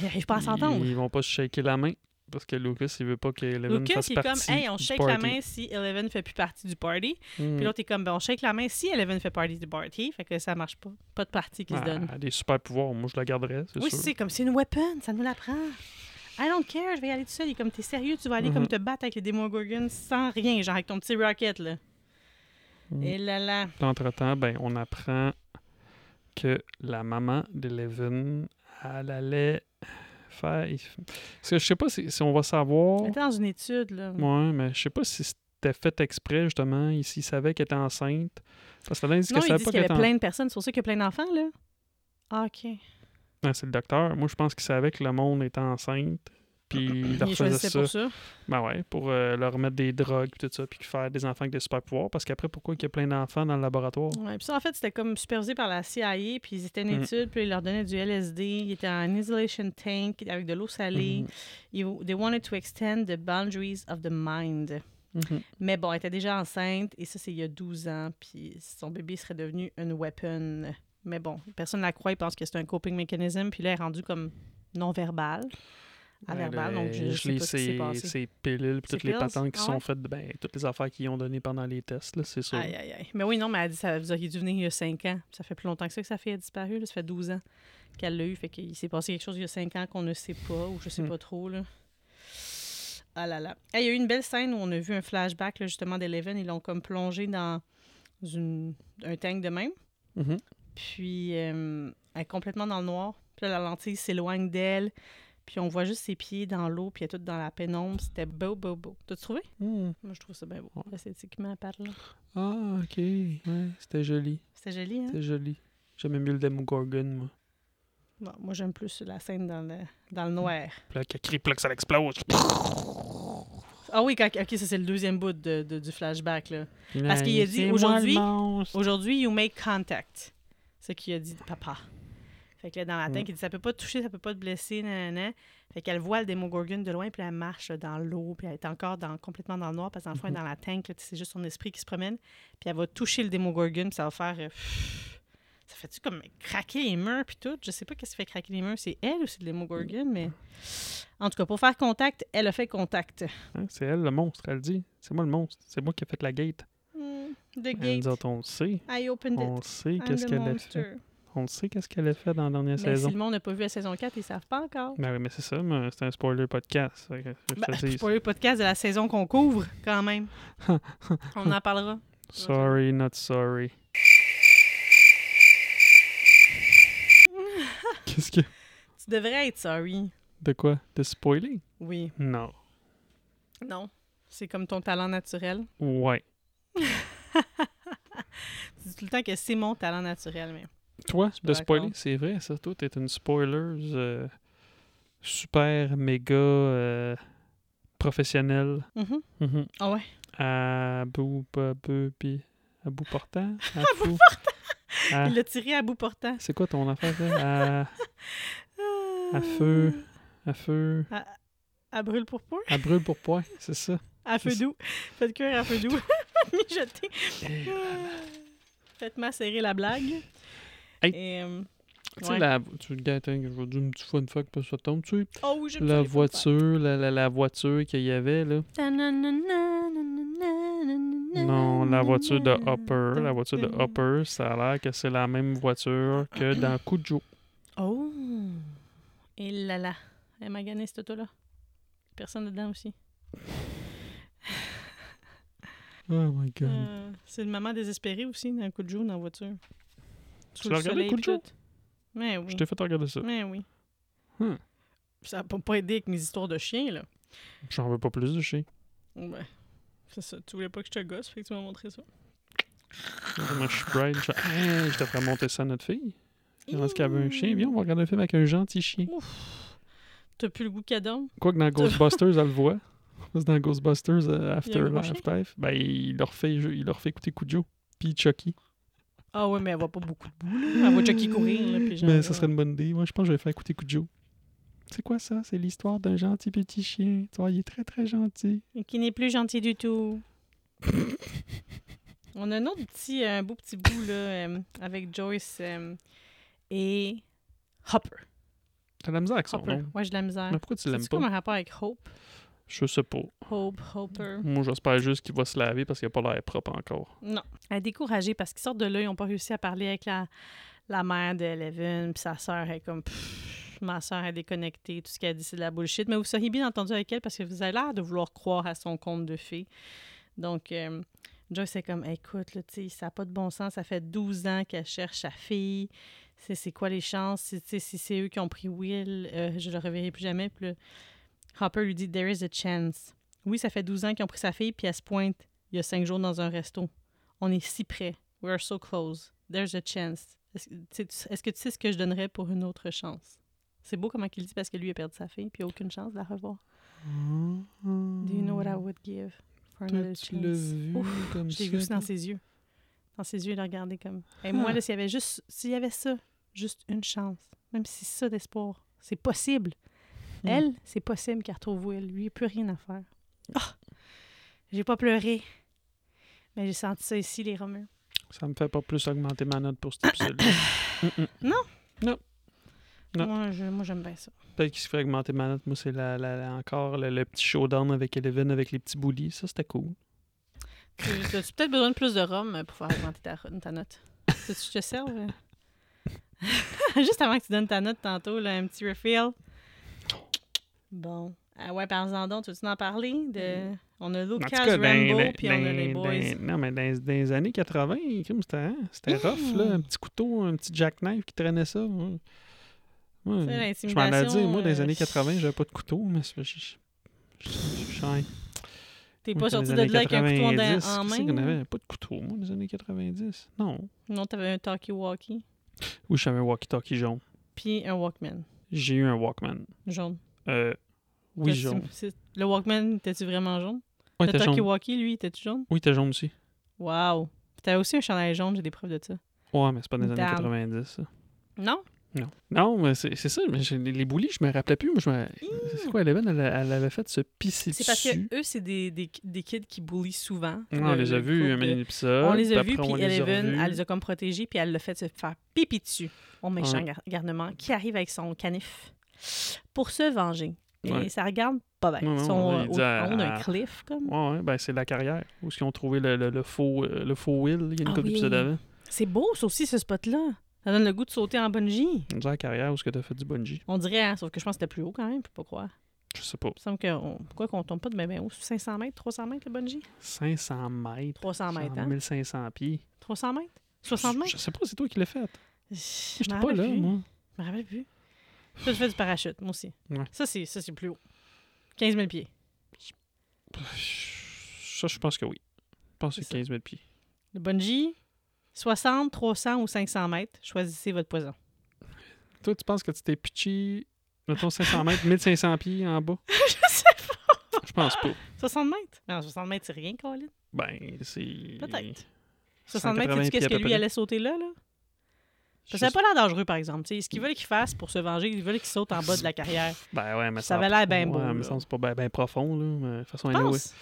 C: Ils n'arrivent pas à
D: ils-
C: s'entendre.
D: Ils vont pas se shaker la main. Parce que Lucas, il veut pas que Eleven
C: Lucas,
D: fasse
C: il est comme,
D: partie
C: hey, on
D: du
C: shake la
D: party.
C: main si Eleven fait plus partie du party.
D: Mm.
C: Puis l'autre est comme, ben, on shake la main si Eleven fait partie du party. Fait que ça marche pas. Pas de partie qui
D: Ah,
C: se donne.
D: Des super pouvoirs, moi je la garderais, c'est
C: Oui,
D: sûr.
C: c'est comme, c'est une weapon, ça nous la prend. I don't care, je vais y aller tout seul. Il est comme, t'es sérieux, tu vas aller comme
D: Mhm.
C: te battre avec les Demogorgons sans rien, genre avec ton petit rocket, là.
D: Mm. Mhm.
C: Et là là.
D: Entre-temps, ben, on apprend que la maman d'Eleven, elle allait faire. Parce que je sais pas si, si on va savoir.
C: On était dans une étude, là.
D: Ouais, mais je sais pas si c'était fait exprès, justement. Ils s'ils savaient qu'elle était enceinte. Parce que là, ils disent
C: Non,
D: qu'elle
C: ils
D: savait
C: disent
D: pas
C: qu'il y
D: qu'elle
C: avait
D: était
C: plein de personnes. C'est pour ça qu'il y a plein d'enfants, là. Ah, OK.
D: enceinte. Ah, C'est le docteur. Moi, je pense qu'ils savaient que le monde était enceinte. Puis ils leur
C: Ils
D: faisaient
C: choisissaient
D: ça.
C: pour ça.
D: Ben ouais, pour euh, leur mettre des drogues, puis tout ça, puis faire des enfants avec des super pouvoirs. Parce qu'après, pourquoi il y a plein d'enfants dans le laboratoire?
C: Ouais, puis ça, en fait, c'était comme supervisé par la CIA, puis ils étaient en
D: Mm.
C: étude, puis ils leur donnaient du LSD, ils étaient en isolation tank avec de l'eau salée.
D: Mhm.
C: Ils- they wanted to extend the boundaries of the mind.
D: Mhm.
C: Mais bon, elle était déjà enceinte, et ça, c'est il y a 12 ans, puis son bébé serait devenu une weapon. Mais bon, personne ne la croit, ils pensent que c'est un coping mechanism, puis là, elle est rendue comme non-verbale, à
D: Ben,
C: verbal,
D: le-
C: donc je, je sais
D: lis
C: pas ce qui s'est
D: ces-
C: passé.
D: ces pilules, puis
C: Ces
D: toutes les
C: pills?
D: patentes qui
C: Ah ouais?
D: sont faites, ben, toutes les affaires qu'ils ont données pendant les tests, là, c'est sûr.
C: Aïe, aïe, aïe. Mais oui, non, mais elle dit ça, vous auriez dû venir il y a 5 ans. Ça fait plus longtemps que ça que sa fille a disparu. là. Ça fait 12 ans qu'elle l'a eu. Fait qu'il s'est passé quelque chose il y a 5 ans qu'on ne sait pas ou je sais
D: Hmm.
C: pas trop. Là. Ah là là. Eh, Il y a eu une belle scène où on a vu un flashback là, justement d'Eleven. Ils l'ont comme plongé dans une- un tank de même.
D: Mhm.
C: Puis euh, elle est complètement dans le noir. Puis là, la lentille s'éloigne d'elle. Puis on voit juste ses pieds dans l'eau. Puis elle est toute dans la pénombre. C'était beau, beau, beau. T'as trouvé?
D: Hmm.
C: Moi, je trouve ça bien beau. Esthétiquement parlant.
D: Ah, ok. Ouais, c'était joli.
C: C'était joli, hein?
D: C'était joli. J'aimais mieux le Demogorgon, moi.
C: Bon, moi, j'aime plus la scène dans le, dans le noir.
D: Puis là, qu'elle crie, puis là, que ça l'explose.
C: Ah oui, quand- OK, ça, c'est le deuxième bout de- de- du flashback, là. Parce
D: Là,
C: qu'il a dit,
D: c'est moi
C: aujourd'hui-
D: le monstre.
C: Aujourd'hui, you make contact. C'est ce qu'il a dit papa. Fait que là, dans la
D: Mm.
C: tête, il dit ça peut pas te toucher, ça peut pas te blesser, nanana. Fait qu'elle voit le démogorgon de loin, puis elle marche dans l'eau, puis elle est encore dans, complètement dans le noir, parce qu'en fond, elle est dans
D: Mm-hmm.
C: la tank, là, c'est juste son esprit qui se promène. Puis elle va toucher le démogorgon, puis ça va faire. euh, pff. ça fait-tu comme craquer les murs, puis tout? Je sais pas qu'est-ce qui fait craquer les murs, c'est elle ou c'est le démogorgon, mais. En tout cas, pour faire contact, elle a fait contact.
D: Hein, c'est elle le monstre, elle dit. C'est moi le monstre. C'est moi qui ai fait la gate.
C: Hmm, the
D: Elle
C: gate.
D: Mm. nous autres, on le sait.
C: I opened
D: On
C: it.
D: le sait
C: I'm
D: qu'est-ce
C: the
D: qu'elle a fait.
C: monster.
D: On le sait qu'est-ce qu'elle a fait dans la dernière
C: Ben,
D: saison.
C: Si le monde n'a pas vu la saison 4, ils savent pas encore.
D: Ben oui, mais c'est ça, mais c'est un spoiler podcast. Fait que je
C: Ben,
D: te dis,
C: c'est pas le podcast de la saison qu'on couvre, quand même. On en parlera.
D: sorry, not sorry. Qu'est-ce que.
C: Tu devrais être sorry.
D: De quoi De spoiler
C: Oui.
D: Non.
C: Non. C'est comme ton talent naturel.
D: Ouais.
C: Tu dis tout le temps que c'est mon talent naturel, mais.
D: Toi,
C: suis pas
D: de spoiler,
C: d'accord.
D: c'est vrai, ça. Toi, t'es une spoileuse euh, super méga euh, professionnelle.
C: Mhm.
D: Mhm.
C: Ah ouais.
D: À bout, à bout, puis à bout portant. À, bout à-
C: Il l'a tiré à bout portant.
D: C'est quoi ton affaire, là? À,
C: Ah.
D: à feu, à feu,
C: À brûle pour point.
D: à brûle pour poing, c'est ça.
C: À feu
D: C'est-
C: doux. Faites cuire à feu doux. Mijoter.
D: Eh,
C: Faites macérer la blague.
D: Hey.
C: Et, euh,
D: Tu sais,
C: ouais.
D: la, tu, regardes, attends, je vais dire une petite fun fact, parce que ça tombe, tu sais,
C: Oh oui, j'aime ça,
D: la
C: les fun facts.
D: voiture, la, la, la voiture qu'il y avait, là. Non, la voiture de Hopper, la voiture
C: euh,
D: de Hopper, ça a l'air que c'est la même voiture que dans Cujo.
C: Oh! Et là là. Elle m'a gagné cette auto-là. Personne dedans aussi.
D: Oh my god.
C: Euh, c'est une maman désespérée aussi, dans un coup de jour, dans la voiture. Sous
D: l'as
C: le
D: regardé,
C: soleil,
D: Coup de
C: puis
D: jour?
C: tout. Mais oui.
D: Je t'ai fait regarder ça.
C: Mais oui.
D: Hmm.
C: Ça peut pas aider avec mes histoires de chiens, là.
D: J'en veux pas plus de chien.
C: Ouais. C'est ça. Tu voulais pas que je te gosse, fait que tu m'as montré ça.
D: Moi, je suis bride. Je, Hey, je devrais monter ça à notre fille. Parce qu'elle veut un chien.
C: Hi.
D: Viens, on va regarder un film avec un gentil chien.
C: Ouf. T'as plus le goût qu'à dormir?
D: Quoi que dans Ghostbusters, elle le voit. Parce que dans Ghostbusters euh,
C: Il y a un
D: After
C: gros chien.
D: Afterlife, ben, il leur fait, il leur fait écouter Cujo. Puis Chucky.
C: Ah ouais, mais elle voit pas beaucoup de boue, là. Elle voit Chucky courir, là, puis genre...
D: Mais ça serait une bonne idée. Moi, je pense que je vais faire écouter Cujo. C'est quoi ça? C'est l'histoire d'un gentil petit chien. Tu vois, il est très très gentil.
C: Et euh, qui n'est plus gentil du tout. On a un autre petit, un beau petit bout là, euh, avec Joyce euh, et Hopper.
D: T'as de la misère avec son
C: Hopper.
D: nom.
C: Ouais, j'ai de la misère.
D: Mais pourquoi tu l'aimes
C: C'est comme
D: pas?
C: un rapport avec Hope.
D: Je sais pas.
C: Hope, Hopper.
D: Moi, j'espère juste qu'il va se laver parce qu'il a pas l'air propre encore.
C: Non. Elle est découragée parce qu'ils sortent de là, ils n'ont pas réussi à parler avec la, la mère de Eleven, puis sa sœur est comme Pff, ma sœur est déconnectée, tout ce qu'elle dit c'est de la bullshit. Mais vous seriez bien entendu avec elle parce que vous avez l'air de vouloir croire à son conte de fées. Donc euh, Joyce c'est comme écoute, là, tu sais, ça n'a pas de bon sens, ça fait 12 ans qu'elle cherche sa fille. C'est c'est quoi les chances? Si, tu sais, si c'est eux qui ont pris Will, euh, je le reverrai plus jamais. Puis là, Hopper lui dit There is a chance. Oui, ça fait 12 ans qu'ils ont pris sa fille, puis elle se pointe il y a cinq jours dans un resto. On est si près. We are so close. There's a chance. Est-ce que tu sais- est-ce que tu sais ce que je donnerais pour une autre chance? C'est beau comment il dit parce que lui a perdu sa fille puis il a aucune chance de la revoir. Do you know what I would give for another
D: Tu l'as
C: chance?
D: vu
C: Ouf,
D: comme
C: je l'ai vu aussi dans ses yeux. Dans ses yeux, il a regardé comme. Et moi, là, s'il y avait juste. S'il y avait ça, juste une chance, même si c'est ça d'espoir, c'est possible.
D: Hmm.
C: Elle, c'est possible qu'elle retrouve Will. Lui, il n'y a plus rien à faire. Ah! J'ai pas pleuré. Mais j'ai senti ça ici, les Romains.
D: Ça me fait pas plus augmenter ma note pour cet Mm, épisode Non.
C: Moi, je- moi, j'aime bien ça.
D: Peut-être qu'il se fait augmenter ma note. Moi, c'est la, la- la- encore le, le petit showdown avec Eleven, avec les petits boulis. Ça, c'était cool.
C: Tu as peut-être besoin de plus de rhum euh, pour faire augmenter ta, ta note. Tu veux que je te serve? Juste avant que tu donnes ta note tantôt, là, un petit refill. Bon. Ah ouais, par Zandon, tu veux-tu en parler? De... On a
D: Mm. En tout
C: Lucas
D: cas, ben, dans,
C: Rambo,
D: dans-
C: puis on a
D: dans-
C: les boys.
D: dans- non, mais dans, dans les années 80, crime, c'était hein, c'était rough, là. Un petit couteau, un petit jackknife qui traînait ça. ouais. Ouais,
C: Tu sais,
D: hmm. je m'en allais dire, moi, dans les
C: l'intimidation,
D: années
C: euh,
D: 80, j'avais pas de couteau, mais c'est- je- je- je- je- je- je-
C: T'es
D: Oui,
C: pas
D: dans les
C: sorti de là avec un
D: années
C: couteau en,
D: 90,
C: en
D: qu'est-ce qu'on
C: main?
D: avait? Pas de couteau, moi, dans les années 90. Non.
C: Non, t'avais un talkie-walkie,
D: Ou j'avais un walkie-talkie jaune.
C: puis un Walkman
D: J'ai eu un Walkman.
C: jaune.
D: Euh, oui,
C: T'as-tu-
D: jaune.
C: c'est- Le Walkman, t'es-tu vraiment jaune?
D: Oui,
C: le
D: t'es jaune.
C: talkie-walkie, lui, t'es-tu jaune?
D: Oui, t'es jaune aussi.
C: Wow! Puis T'avais aussi un chandail jaune, j'ai des preuves de ça.
D: Ouais, mais c'est pas dans les années
C: Damn.
D: 90, ça.
C: Non?
D: Non. Non, mais c'est c'est ça. Mais j'ai- les, les boulis, je me rappelais plus. Moi, je me... Euh, C'est quoi, Eleven, elle, a- elle avait fait se pisser
C: Hmm. C'est parce
D: dessus.
C: que eux, c'est des, des, des kids qui bully souvent.
D: Non, on
C: Le-
D: les a
C: le
D: vus un
C: groupe de-
D: mini-épisode.
C: On les a vus,
D: après, on
C: puis
D: les a
C: Eleven,
D: revus.
C: elle les a comme protégés, puis elle l'a fait se faire pipi dessus. Au méchant
D: Ouais.
C: gar- garnement qui arrive avec son canif pour se venger. Et
D: Ouais.
C: ça regarde pas bien.
D: Non, non,
C: Ils sont
D: ouais,
C: euh,
D: il
C: au
D: dit à-
C: fond d'un
D: à-
C: cliff, comme.
D: Ouais, ouais, ben c'est la carrière. Où est-ce qu'ils ont trouvé le, le, le faux, euh, le faux Will, il y a une
C: Ah
D: couple
C: oui.
D: d'épisodes avant.
C: C'est beau, ça aussi, ce spot-là. Ça donne le goût de sauter en bungee.
D: On dirait la carrière où est-ce que t'as fait du bungee.
C: On dirait, hein, sauf que je pense que c'était plus haut quand même, je peux pas croire.
D: Je sais pas.
C: Il me semble que, on- pourquoi qu'on tombe pas de même haut? 500 mètres, 300 mètres, le bungee?
D: 500 mètres.
C: 300 mètres, hein?
D: 1500 pieds.
C: 300 mètres? 60
D: Je-
C: mètres?
D: Je sais pas, c'est toi qui l'as fait.
C: Je
D: J'étais
C: m'en
D: pas
C: rappelle
D: là,
C: plus.
D: moi.
C: Je me rappelle plus. Toi, tu fais du parachute, moi aussi.
D: Ouais.
C: Ça, c'est ça, c'est plus haut. 15 000 pieds.
D: Ça, je pense que oui. Je pense que
C: C'est ça.
D: c'est 15 000 pieds.
C: Le bungee, 60, 300 ou 500 mètres. Choisissez votre poison.
D: Toi, tu penses que tu t'es pitché, mettons 500 mètres, 1500 pieds en bas?
C: je sais pas.
D: Je pense pas.
C: 60 mètres? Non, 60 mètres, c'est rien, Colin.
D: Ben, c'est.
C: Peut-être. 60 mètres, c'est-tu
D: 180
C: qu'est-ce
D: pieds
C: que
D: à peu
C: lui
D: près.
C: allait sauter là, là?
D: Je
C: Parce que Ça
D: sais- Mm.
C: n'a pas l'air dangereux, par exemple. Tu sais, ce qu'ils veulent qu'ils fassent pour se venger, ils veulent qu'ils sautent en bas de la carrière.
D: Ben ouais, mais
C: Ça
D: a
C: avait
D: pas-
C: l'air ben beau,
D: Ouais,
C: là.
D: me semble que c'est pas ben, ben profond, là. mais De toute façon,
C: Je
D: anyway.
C: pense.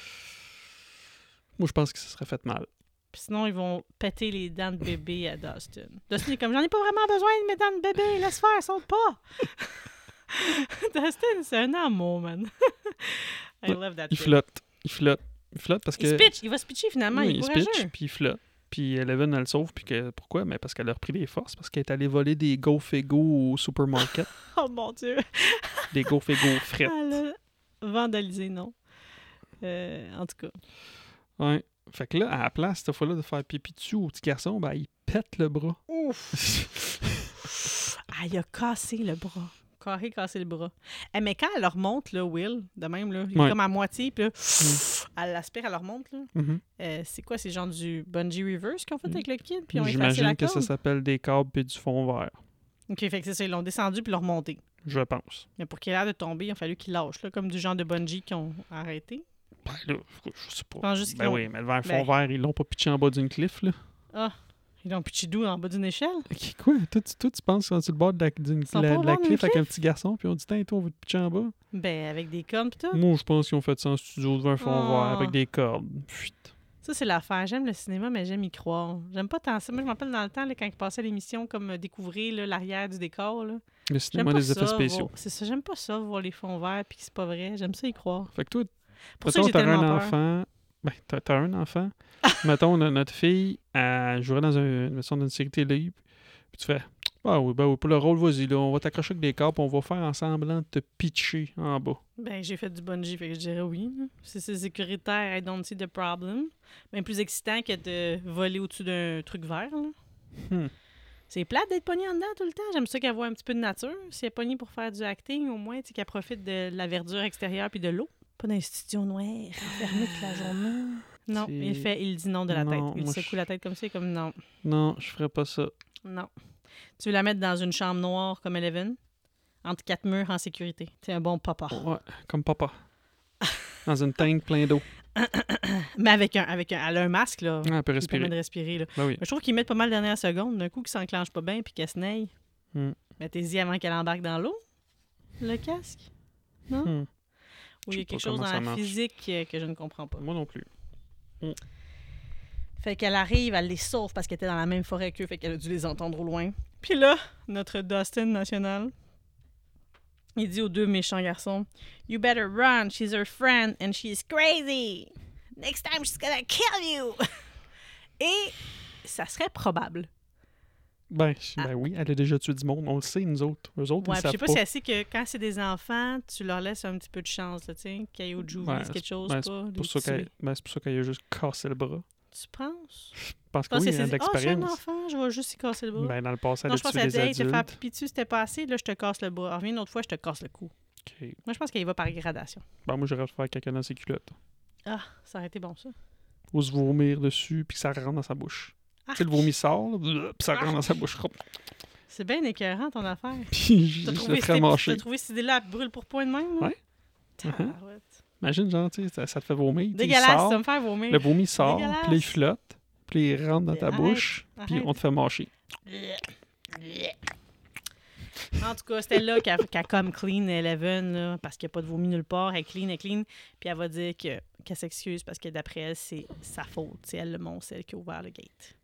D: Moi, je pense que ça serait fait mal.
C: Puis sinon, ils vont péter les dents de bébé à Dustin. Dustin est comme, j'en ai pas vraiment besoin de mes dents de bébé, laisse faire, saute pas. Dustin, c'est un amour, man. I love that
D: Il
C: kid.
D: flotte. Il flotte. Il flotte parce
C: Il se
D: que.
C: pitch, il va se pitcher finalement,
D: Oui,
C: il est
D: il se
C: courageux.
D: pitch, puis il flotte. Puis Eleven, elle le sauve. Puis que, pourquoi? Mais parce qu'elle a repris des forces. Parce qu'elle est allée voler des go-fego au supermarket.
C: Oh mon dieu.
D: des go-fego frettes.
C: Elle a vandalisé, non. Euh, en tout cas.
D: Ouais. Fait que là, à la place, cette fois-là, de faire pipi dessus au petit garçon, ben, il pète le bras. Ouf!
C: Ah, il a cassé le bras. Carré cassé le bras. Eh, mais quand elle leur monte, là, Will, de même, là, il est
D: Ouais. Mm.
C: comme à moitié, puis là, elle l'aspire, elle leur monte, là.
D: Mhm.
C: Euh, c'est quoi, c'est genre du bungee reverse qu'on fait
D: Mm.
C: avec le kid, puis on effacé la
D: J'imagine que ça
C: corde?
D: s'appelle des câbles et du fond vert.
C: OK, fait que c'est ça, ils l'ont descendu puis l'ont remonté.
D: Je pense.
C: Mais pour qu'il ait l'air de tomber, il a fallu qu'il lâche, là, comme du genre de bungee qu'ils ont arrêté.
D: Ben là, je sais pas.
C: Je pense juste qu'ils
D: ben
C: l'ont-
D: oui, mais le verre
C: ben-
D: fond vert, ils l'ont pas pitché en bas d'une cliff, là.
C: Ils l'ont pitché doux en bas d'une échelle.
D: Ok, quoi? Toi, tu, toi, tu penses qu'on est sur le bord de la, d'une-
C: Ils sont
D: la-
C: pas au
D: de la
C: bord d'une
D: cliff avec un petit garçon, puis on dit, tiens, toi, on veut te pitcher en bas.
C: Ben, avec des cornes pis tout.
D: Moi, je pense qu'ils ont fait ça en studio devant un fond
C: Ah.
D: vert avec des cordes. Chut.
C: Ça, c'est l'affaire. J'aime le cinéma, mais j'aime y croire. J'aime pas tant ça. Moi, je m'appelle dans le temps, là, quand ils passaient l'émission, comme euh, découvrir là, l'arrière du décor. Là.
D: Le
C: J'aime
D: cinéma
C: pas
D: des effets
C: ça.
D: spéciaux.
C: voir- C'est ça, j'aime pas ça, voir les fonds verts puis que c'est pas vrai. J'aime ça y croire.
D: Fait que toi,
C: Pour ça que
D: Mettons,
C: j'ai
D: t'as
C: tellement
D: un
C: peur.
D: enfant. Ben, t'as, t'as un enfant. Mettons, no- notre fille, elle jouerait dans, un, mettons, dans une série télé. Puis tu fais, bah oui, bah oui, pour le rôle, vas-y, là, on va t'accrocher avec des cordes, puis on va faire en semblant de te pitcher en bas.
C: Ben, j'ai fait du bungee, fait que je dirais oui. là. C'est c'est sécuritaire, I don't see the problem. Mais plus excitant que de voler au-dessus d'un truc vert. là.
D: Hmm.
C: C'est plate d'être pognée en dedans tout le temps. J'aime ça qu'elle voit un petit peu de nature. Si elle est pognée pour faire du acting, au moins, tu sais, qu'elle profite de la verdure extérieure puis de l'eau. Pas d'un studio noir, fermé toute la journée. Non,
D: C'est-
C: il fait, il dit non de la
D: Non,
C: tête. Il
D: moi,
C: secoue
D: je-
C: la tête comme ça, il est comme non,
D: Non, je ferais pas ça.
C: non. Tu veux la mettre dans une chambre noire comme Eleven, entre quatre murs en sécurité. T'es un bon papa.
D: Ouais, comme papa. Dans une tank plein d'eau.
C: Mais avec un, avec un, elle a un masque, là.
D: Ah, elle peut
C: qui permet
D: respirer.
C: de respirer. Là.
D: Ben oui.
C: Mais je trouve qu'ils mettent pas mal de dernières secondes. D'un coup, qui s'enclenche pas bien puis qu'elle se naille.
D: Hmm.
C: Mettez-y avant qu'elle embarque dans l'eau, le casque. Non?
D: Hmm.
C: Ou il y a
D: sais pas
C: quelque chose
D: comment
C: dans
D: ça
C: la
D: marche.
C: physique euh, que je ne comprends pas.
D: Moi non plus.
C: Fait qu'elle arrive, elle les sauve parce qu'elle était dans la même forêt qu'eux, fait qu'elle a dû les entendre au loin. Puis là, notre Dustin national, il dit aux deux méchants garçons You better run, she's her friend and she's crazy. Next time she's gonna kill you. Et ça serait probable.
D: Ben, je- ben oui, elle a déjà tué du monde. On le sait, nous autres. Eux autres,
C: Ah. Ouais,
D: ils
C: puis je
D: savent
C: sais pas,
D: pas.
C: si c'est assez que quand c'est des enfants, tu leur laisses un petit peu de chance, là, tu sais, caillou de
D: Ouais,
C: jouvis, quelque chose,
D: ouais,
C: pas. les
D: pour ça
C: tuer.
D: qu'elle- ben, c'est pour ça qu'elle a juste cassé le bras.
C: Tu penses? Je
D: Je
C: pense
D: pense que oui, hein,
C: que
D: il y a
C: c'est
D: de
C: dit, Ah, je suis un
D: l'expérience.
C: enfant, je vais juste y casser le bras.
D: ben, dans le passé, elle
C: non,
D: a
C: je pense
D: tué
C: qu'elle dit,
D: des
C: hey, te faire
D: adultes.
C: pipi dessus, c'était pas assez, là, je te casse le bras. Reviens une autre fois, je te casse le cou.
D: Ok.
C: Moi, je pense qu'elle y va par gradation.
D: Ben, moi, j'aurais faire quelqu'un dans ses culottes.
C: Ah, ça aurait été bon, ça.
D: Ou se vomir dessus, puis que ça rentre dans sa bouche.
C: Ah.
D: Tu sais, le vomi sort, là, puis ça rentre dans sa bouche.
C: C'est bien écœurant, ton affaire.
D: Puis je
C: T'as
D: je
C: trouvé,
D: serais
C: cette-
D: très mâché.
C: t'as trouvé cette idée-là à brûle pour point de même, là?
D: Ouais.
C: Tabarouette.
D: Imagine, genre, tu sais, ça, ça te fait vomir. tu sais, il
C: Dégueulasse,
D: sort,
C: ça me faire vomir.
D: Le vomi sort, puis là, il
C: Dégueulasse.
D: flotte, puis il rentre dans ta
C: Arrête,
D: bouche, puis
C: arrête.
D: on te fait mâcher.
C: En tout cas, c'était là qu'elle qu'elle comme clean Eleven, là, parce qu'il n'y a pas de vomi nulle part. Elle clean, elle clean. Puis elle va dire que- qu'elle s'excuse parce que d'après elle, c'est sa faute. C'est elle, le monstre, c'est elle qui a ouvert le gate.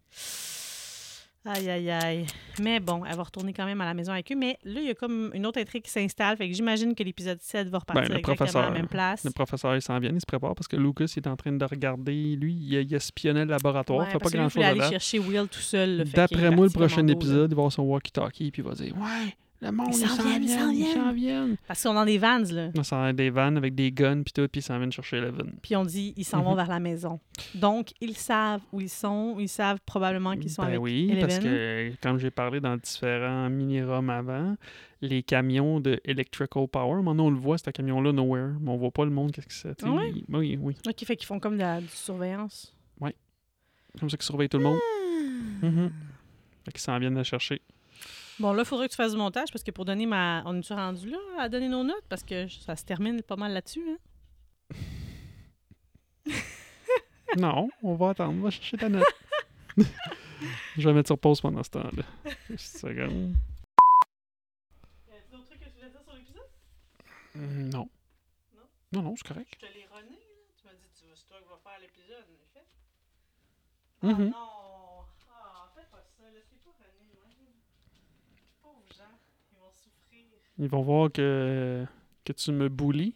C: Aïe, aïe, aïe. Mais bon, elle va retourner quand même à la maison avec eux. Mais là, il y a comme une autre intrigue qui s'installe. Fait que j'imagine que l'épisode 7 va repartir
D: Ben, le
C: exactement à la
D: professeur-
C: même place.
D: Le professeur, il s'en vient, il se prépare parce que Lucas il est en train de regarder. Lui, il, il espionnait le laboratoire,
C: Ouais,
D: fait pas
C: parce que lui, il
D: grand-chose
C: voulait aller
D: là
C: chercher Will tout seul. là. Fait qu'il est
D: D'après moi, le
C: parti
D: prochain
C: commando, là.
D: épisode, il va avoir son walkie-talkie, puis il va dire Ouais, le monde,
C: Ils
D: ils
C: s'en
D: s'en
C: viennent,
D: viennent,
C: ils s'en
D: ils s'en viennent.
C: Parce qu'on est dans des vans, là.
D: Ils s'en viennent des vannes avec des guns, puis tout, puis ils s'en viennent chercher Eleven.
C: Puis on dit, ils s'en vont
D: Mhm.
C: vers la maison. Donc, ils savent où ils sont. Ils savent probablement Ah, qu'ils sont
D: Ben
C: avec
D: oui,
C: Eleven.
D: parce que comme j'ai parlé dans différents mini-roms avant, les camions de Electrical Power, maintenant on le voit, ce camion-là, Nowhere, mais on voit pas le monde, qu'est-ce que c'est. tu sais,
C: Ah ouais?
D: il- Oui, oui.
C: OK, fait qu'ils font comme de la, de la surveillance.
D: Comme ça qu'ils surveillent tout le monde. Mhm. Fait qu'ils s'en viennent la chercher.
C: Bon, là, il faudrait que tu fasses du montage parce que pour donner ma... On est-tu rendu là à donner nos notes? Parce que ça se termine pas mal là-dessus, hein?
D: non, on va attendre, on va chercher ta note. Je vais mettre sur pause pendant ce temps-là. Une seconde.
C: d'autres trucs que tu voulais dire sur l'épisode?
D: Hum, Non. Non, non, c'est correct.
C: Je te l'ai rené, là. Tu m'as dit, c'est toi qui vas faire l'épisode, en effet.
D: Ah, Mhm.
C: non! Ah, fais pas ça. Laisse-les pas rené, Pauvres gens, ils vont souffrir.
D: Ils vont voir que, que tu me boulis.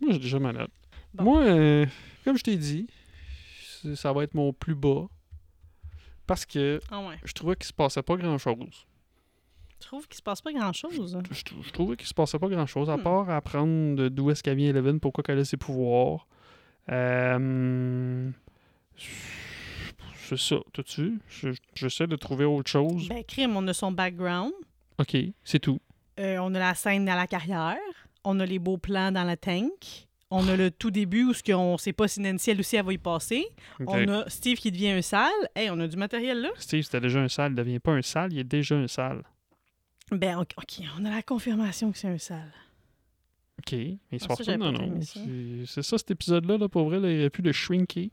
D: Moi, j'ai déjà ma note.
C: Bon.
D: Moi, euh, comme je t'ai dit, c'est- ça va être mon plus bas. Parce que
C: Ah ouais.
D: je trouvais qu'il se passait pas grand-chose.
C: Je trouve qu'il se passe pas grand-chose.
D: Je, trou- je trouvais qu'il se passait pas grand-chose, à
C: Hmm.
D: part apprendre de- d'où est-ce qu'elle vient Eleven, pourquoi qu'elle a ses pouvoirs. Euh, c'est ça, tout de suite. Je- J'essaie de trouver autre chose.
C: Ben, crime, on a son background.
D: OK, c'est tout.
C: Euh, on a la scène dans la carrière. On a les beaux plans dans la tank. On a le tout début où ce qu'on sait pas si Nancy, elle aussi, elle va y passer.
D: OK.
C: On a Steve qui devient un sale. Hey, on a du matériel là.
D: Steve, c'était déjà un sale. Il devient pas un sale, il est déjà un sale.
C: Ben, OK, ok, on a la confirmation que c'est un sale.
D: OK. Mais il se
C: Ah,
D: passe
C: ça,
D: pas.
C: j'avais
D: Non,
C: pas
D: non.
C: aimé ça.
D: C'est c'est ça, cet épisode-là, là, pour vrai, là, il aurait pu le shrinker. Tu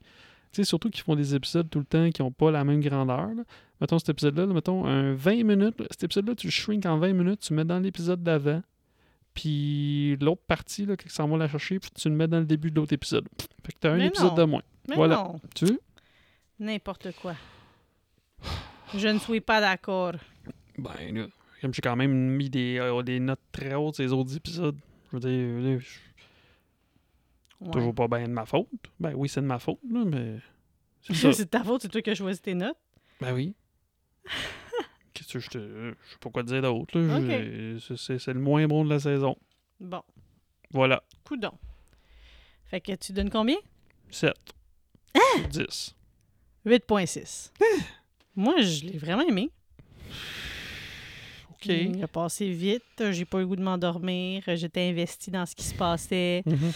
D: sais, surtout qu'ils font des épisodes tout le temps qui n'ont pas la même grandeur. là. Mettons cet épisode-là, là, mettons un 20 minutes. là. Cet épisode-là, tu le shrink en 20 minutes, tu le mets dans l'épisode d'avant. Puis l'autre partie, là, qui s'en va la chercher, puis tu le mets dans le début de l'autre épisode. Fait que t'as un
C: Mais
D: épisode
C: non.
D: de moins.
C: Mais
D: Voilà.
C: non,
D: Tu veux?
C: n'importe quoi. Je ne suis pas d'accord.
D: Ben là, comme j'ai quand même mis des, euh, des notes très hautes ces autres épisodes. Je veux dire, là, je-
C: Ouais.
D: toujours pas bien de ma faute. Ben oui, c'est de ma faute, là, mais. C'est ça.
C: c'est de ta faute, c'est toi qui as choisi tes notes.
D: Ben oui. Qu'est-ce que je te. euh, Je sais pas quoi te dire d'autre, là. Je- c'est- C'est c'est le moins bon de la saison.
C: Bon,
D: Voilà.
C: coudon. Fait que tu donnes combien?
D: 7.
C: Hein?
D: 10.
C: 8.6.
D: Ah!
C: Moi, je l'ai vraiment aimé.
D: OK.
C: Il a passé vite. J'ai pas eu le goût de m'endormir. J'étais investie dans ce qui se passait.
D: Mhm.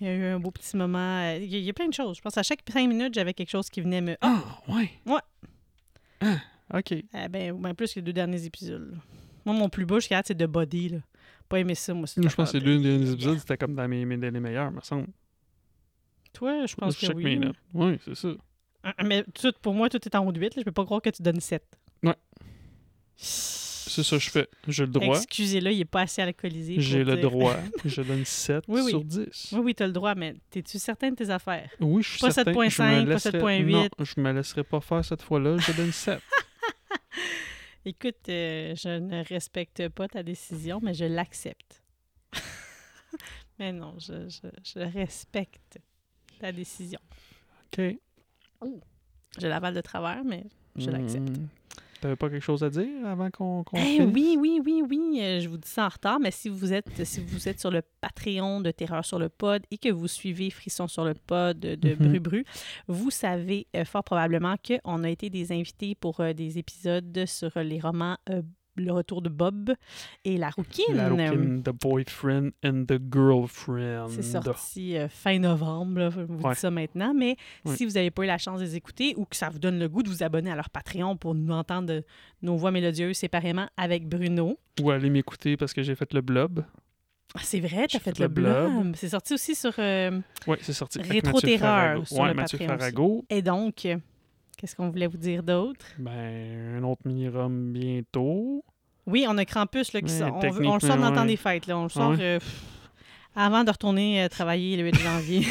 C: Il y a eu un beau petit moment. Euh, Il y a, il y a plein de choses. Je pense à chaque cinq minutes, j'avais quelque chose qui venait me.
D: Ah, ouais.
C: Ouais.
D: Ah, OK.
C: Ah, ben, ben, plus que les deux derniers épisodes. là. Moi, mon plus beau, je regarde, c'est de Body. Là. Pas aimé ça, moi. cette
D: Moi, je pense que
C: affaire
D: c'est
C: de-
D: l'un des épisodes, c'était comme dans mes, mes, les meilleurs, me semble.
C: Toi, je pense
D: Je
C: que
D: check
C: oui.
D: mes notes. Oui, c'est ça.
C: Ah, ah, Mais tout, pour moi, tout est en haut de 8. Là. Je peux pas croire que tu donnes 7.
D: Ouais.
C: C'est
D: C'est ça que je fais. J'ai le droit.
C: Excusez-le, il est pas assez alcoolisé. pour
D: J'ai le
C: dire-
D: droit. Je donne 7
C: Oui, oui.
D: sur 10.
C: Oui, oui, t'as le droit, mais t'es-tu certain de tes affaires?
D: Oui, je suis
C: Pas
D: certain.
C: 7.5,
D: je me
C: pas
D: laisserai-
C: 7.8.
D: Non, je me laisserai pas faire cette fois-là. Je donne 7.
C: Écoute, euh, je ne respecte pas ta décision, mais je l'accepte. mais non, je, je, je respecte ta décision.
D: OK.
C: Je l'avale de travers, mais je l'accepte.
D: Mm. T'avais pas quelque chose à dire avant qu'on qu'on
C: Eh
D: finisse?
C: oui, oui, oui, oui, euh, je vous dis ça en retard, mais si vous êtes si vous êtes sur le Patreon de Terreur sur le Pod et que vous suivez Frisson sur le Pod de de
D: Mhm.
C: Bru Bru, vous savez euh, fort probablement qu'on a été des invités pour euh, des épisodes sur euh, les romans euh, Le Retour de Bob et La Rouquine.
D: La rouquine, The Boyfriend and the Girlfriend.
C: C'est sorti euh, fin novembre, là, je vous
D: Ouais.
C: dis ça maintenant, mais
D: Ouais.
C: si vous n'avez pas eu la chance de les écouter ou que ça vous donne le goût de vous abonner à leur Patreon pour nous entendre euh, nos voix mélodieuses séparément avec Bruno.
D: Ou aller m'écouter parce que j'ai fait le blob.
C: Ah, c'est vrai,
D: J'ai
C: t'as fait, le blog. C'est sorti aussi sur... euh,
D: Oui, c'est sorti. avec
C: Rétro
D: Mathieu
C: Terreur
D: Farrago.
C: sur
D: Ouais,
C: le
D: Mathieu
C: Patreon aussi.
D: Farrago.
C: Et donc, euh, qu'est-ce qu'on voulait vous dire d'autre?
D: Ben, un autre mini-rum bientôt.
C: Oui, on a Krampus là, qui
D: Ouais,
C: sort. On, veut- on le
D: techniquement,
C: sort dans le temps
D: ouais.
C: des fêtes. Là. On le sort
D: ouais?
C: euh, pff, avant de retourner euh, travailler le 8 janvier.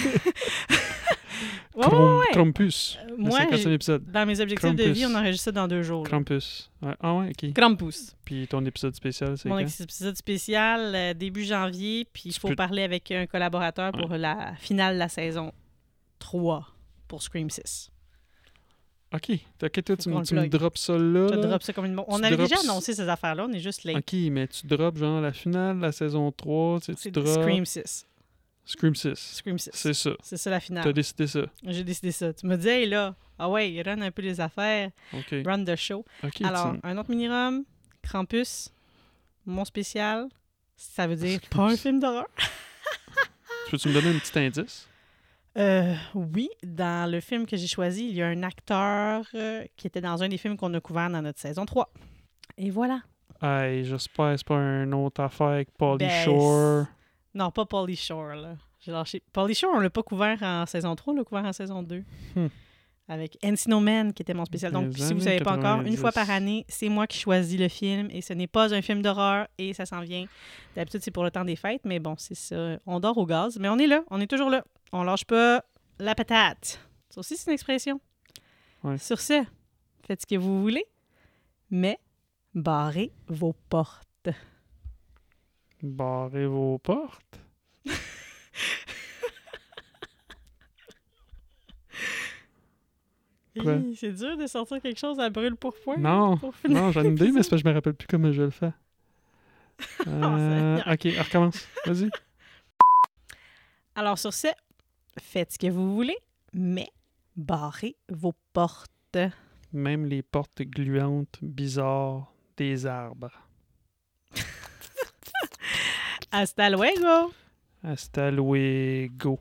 C: ouais, ouais,
D: Crom-
C: ouais.
D: Crumpus.
C: Euh,
D: Le
C: Moi,
D: 50e
C: j'ai-
D: épisode.
C: dans mes objectifs de vie,
D: Krampus.
C: on enregistre ça dans deux jours. là.
D: Crumpus. Ouais. Ah ouais, ok.
C: Krampus.
D: Puis ton épisode spécial, c'est
C: Mon
D: quand?
C: épisode spécial euh, début janvier, puis il
D: Tu
C: faut
D: peux-
C: parler avec un collaborateur pour la finale de la saison 3 pour Scream 6.
D: Ok. Fait que toi, tu,
C: qu'on
D: me-
C: le
D: tu me
C: plug.
D: drops ça là.
C: Je te
D: là.
C: drop ça comme une bombe. On
D: Tu
C: avait
D: drops-
C: déjà annoncé ces affaires-là, on est juste late.
D: Ok, mais tu drops genre la finale, la saison 3, tu, sais, tu
C: C'est
D: drops
C: Scream 6.
D: Scream 6.
C: Scream 6.
D: C'est ça.
C: C'est ça la
D: T'as
C: finale.
D: décidé ça.
C: J'ai décidé ça. Tu me dis, hey là, ah ouais, il run un peu les affaires,
D: Ok.
C: run the show.
D: Ok,
C: Alors,
D: tu-
C: un autre mini-rum, Krampus, mon spécial, ça veut dire
D: Scream
C: pas un
D: six.
C: film d'horreur.
D: tu peux-tu me donner un petit indice?
C: Euh, oui, dans le film que j'ai choisi, il y a un acteur euh, qui était dans un des films qu'on a couvert dans notre saison 3. Et voilà.
D: Hey, j'espère que c'est pas une autre affaire avec Pauly
C: Ben,
D: Shore.
C: Non, pas Polly Shore, là. J'ai lâché. Polly Shore, on l'a pas couvert en saison 3, on l'a couvert en saison 2.
D: Hmm.
C: Avec Encino Man, qui était mon spécial. Donc,
D: Des
C: si vous
D: années
C: savez pas encore, une
D: 90.
C: fois par année, c'est moi qui choisis le film et ce n'est pas un film d'horreur et ça s'en vient. D'habitude, c'est pour le temps des fêtes, mais bon, c'est ça. On dort au gaz, mais on est là, on est toujours là. On lâche pas la patate. Ça aussi, c'est une expression.
D: Ouais.
C: Sur ce, faites ce que vous voulez, mais barrez vos portes.
D: Barrez vos portes. Quoi?
C: Hi, C'est dur de sortir quelque chose à brûle pour point. hein,
D: Non,
C: pour finir
D: non, j'en ai une idée, mais c'est parce que je me rappelle plus comment je le fais. Euh,
C: Seigneur.
D: ok, on recommence. Vas-y.
C: Alors sur ce, faites ce que vous voulez, mais barrez vos portes.
D: Même les portes gluantes, bizarres des arbres.
C: Hasta luego!
D: Hasta luego.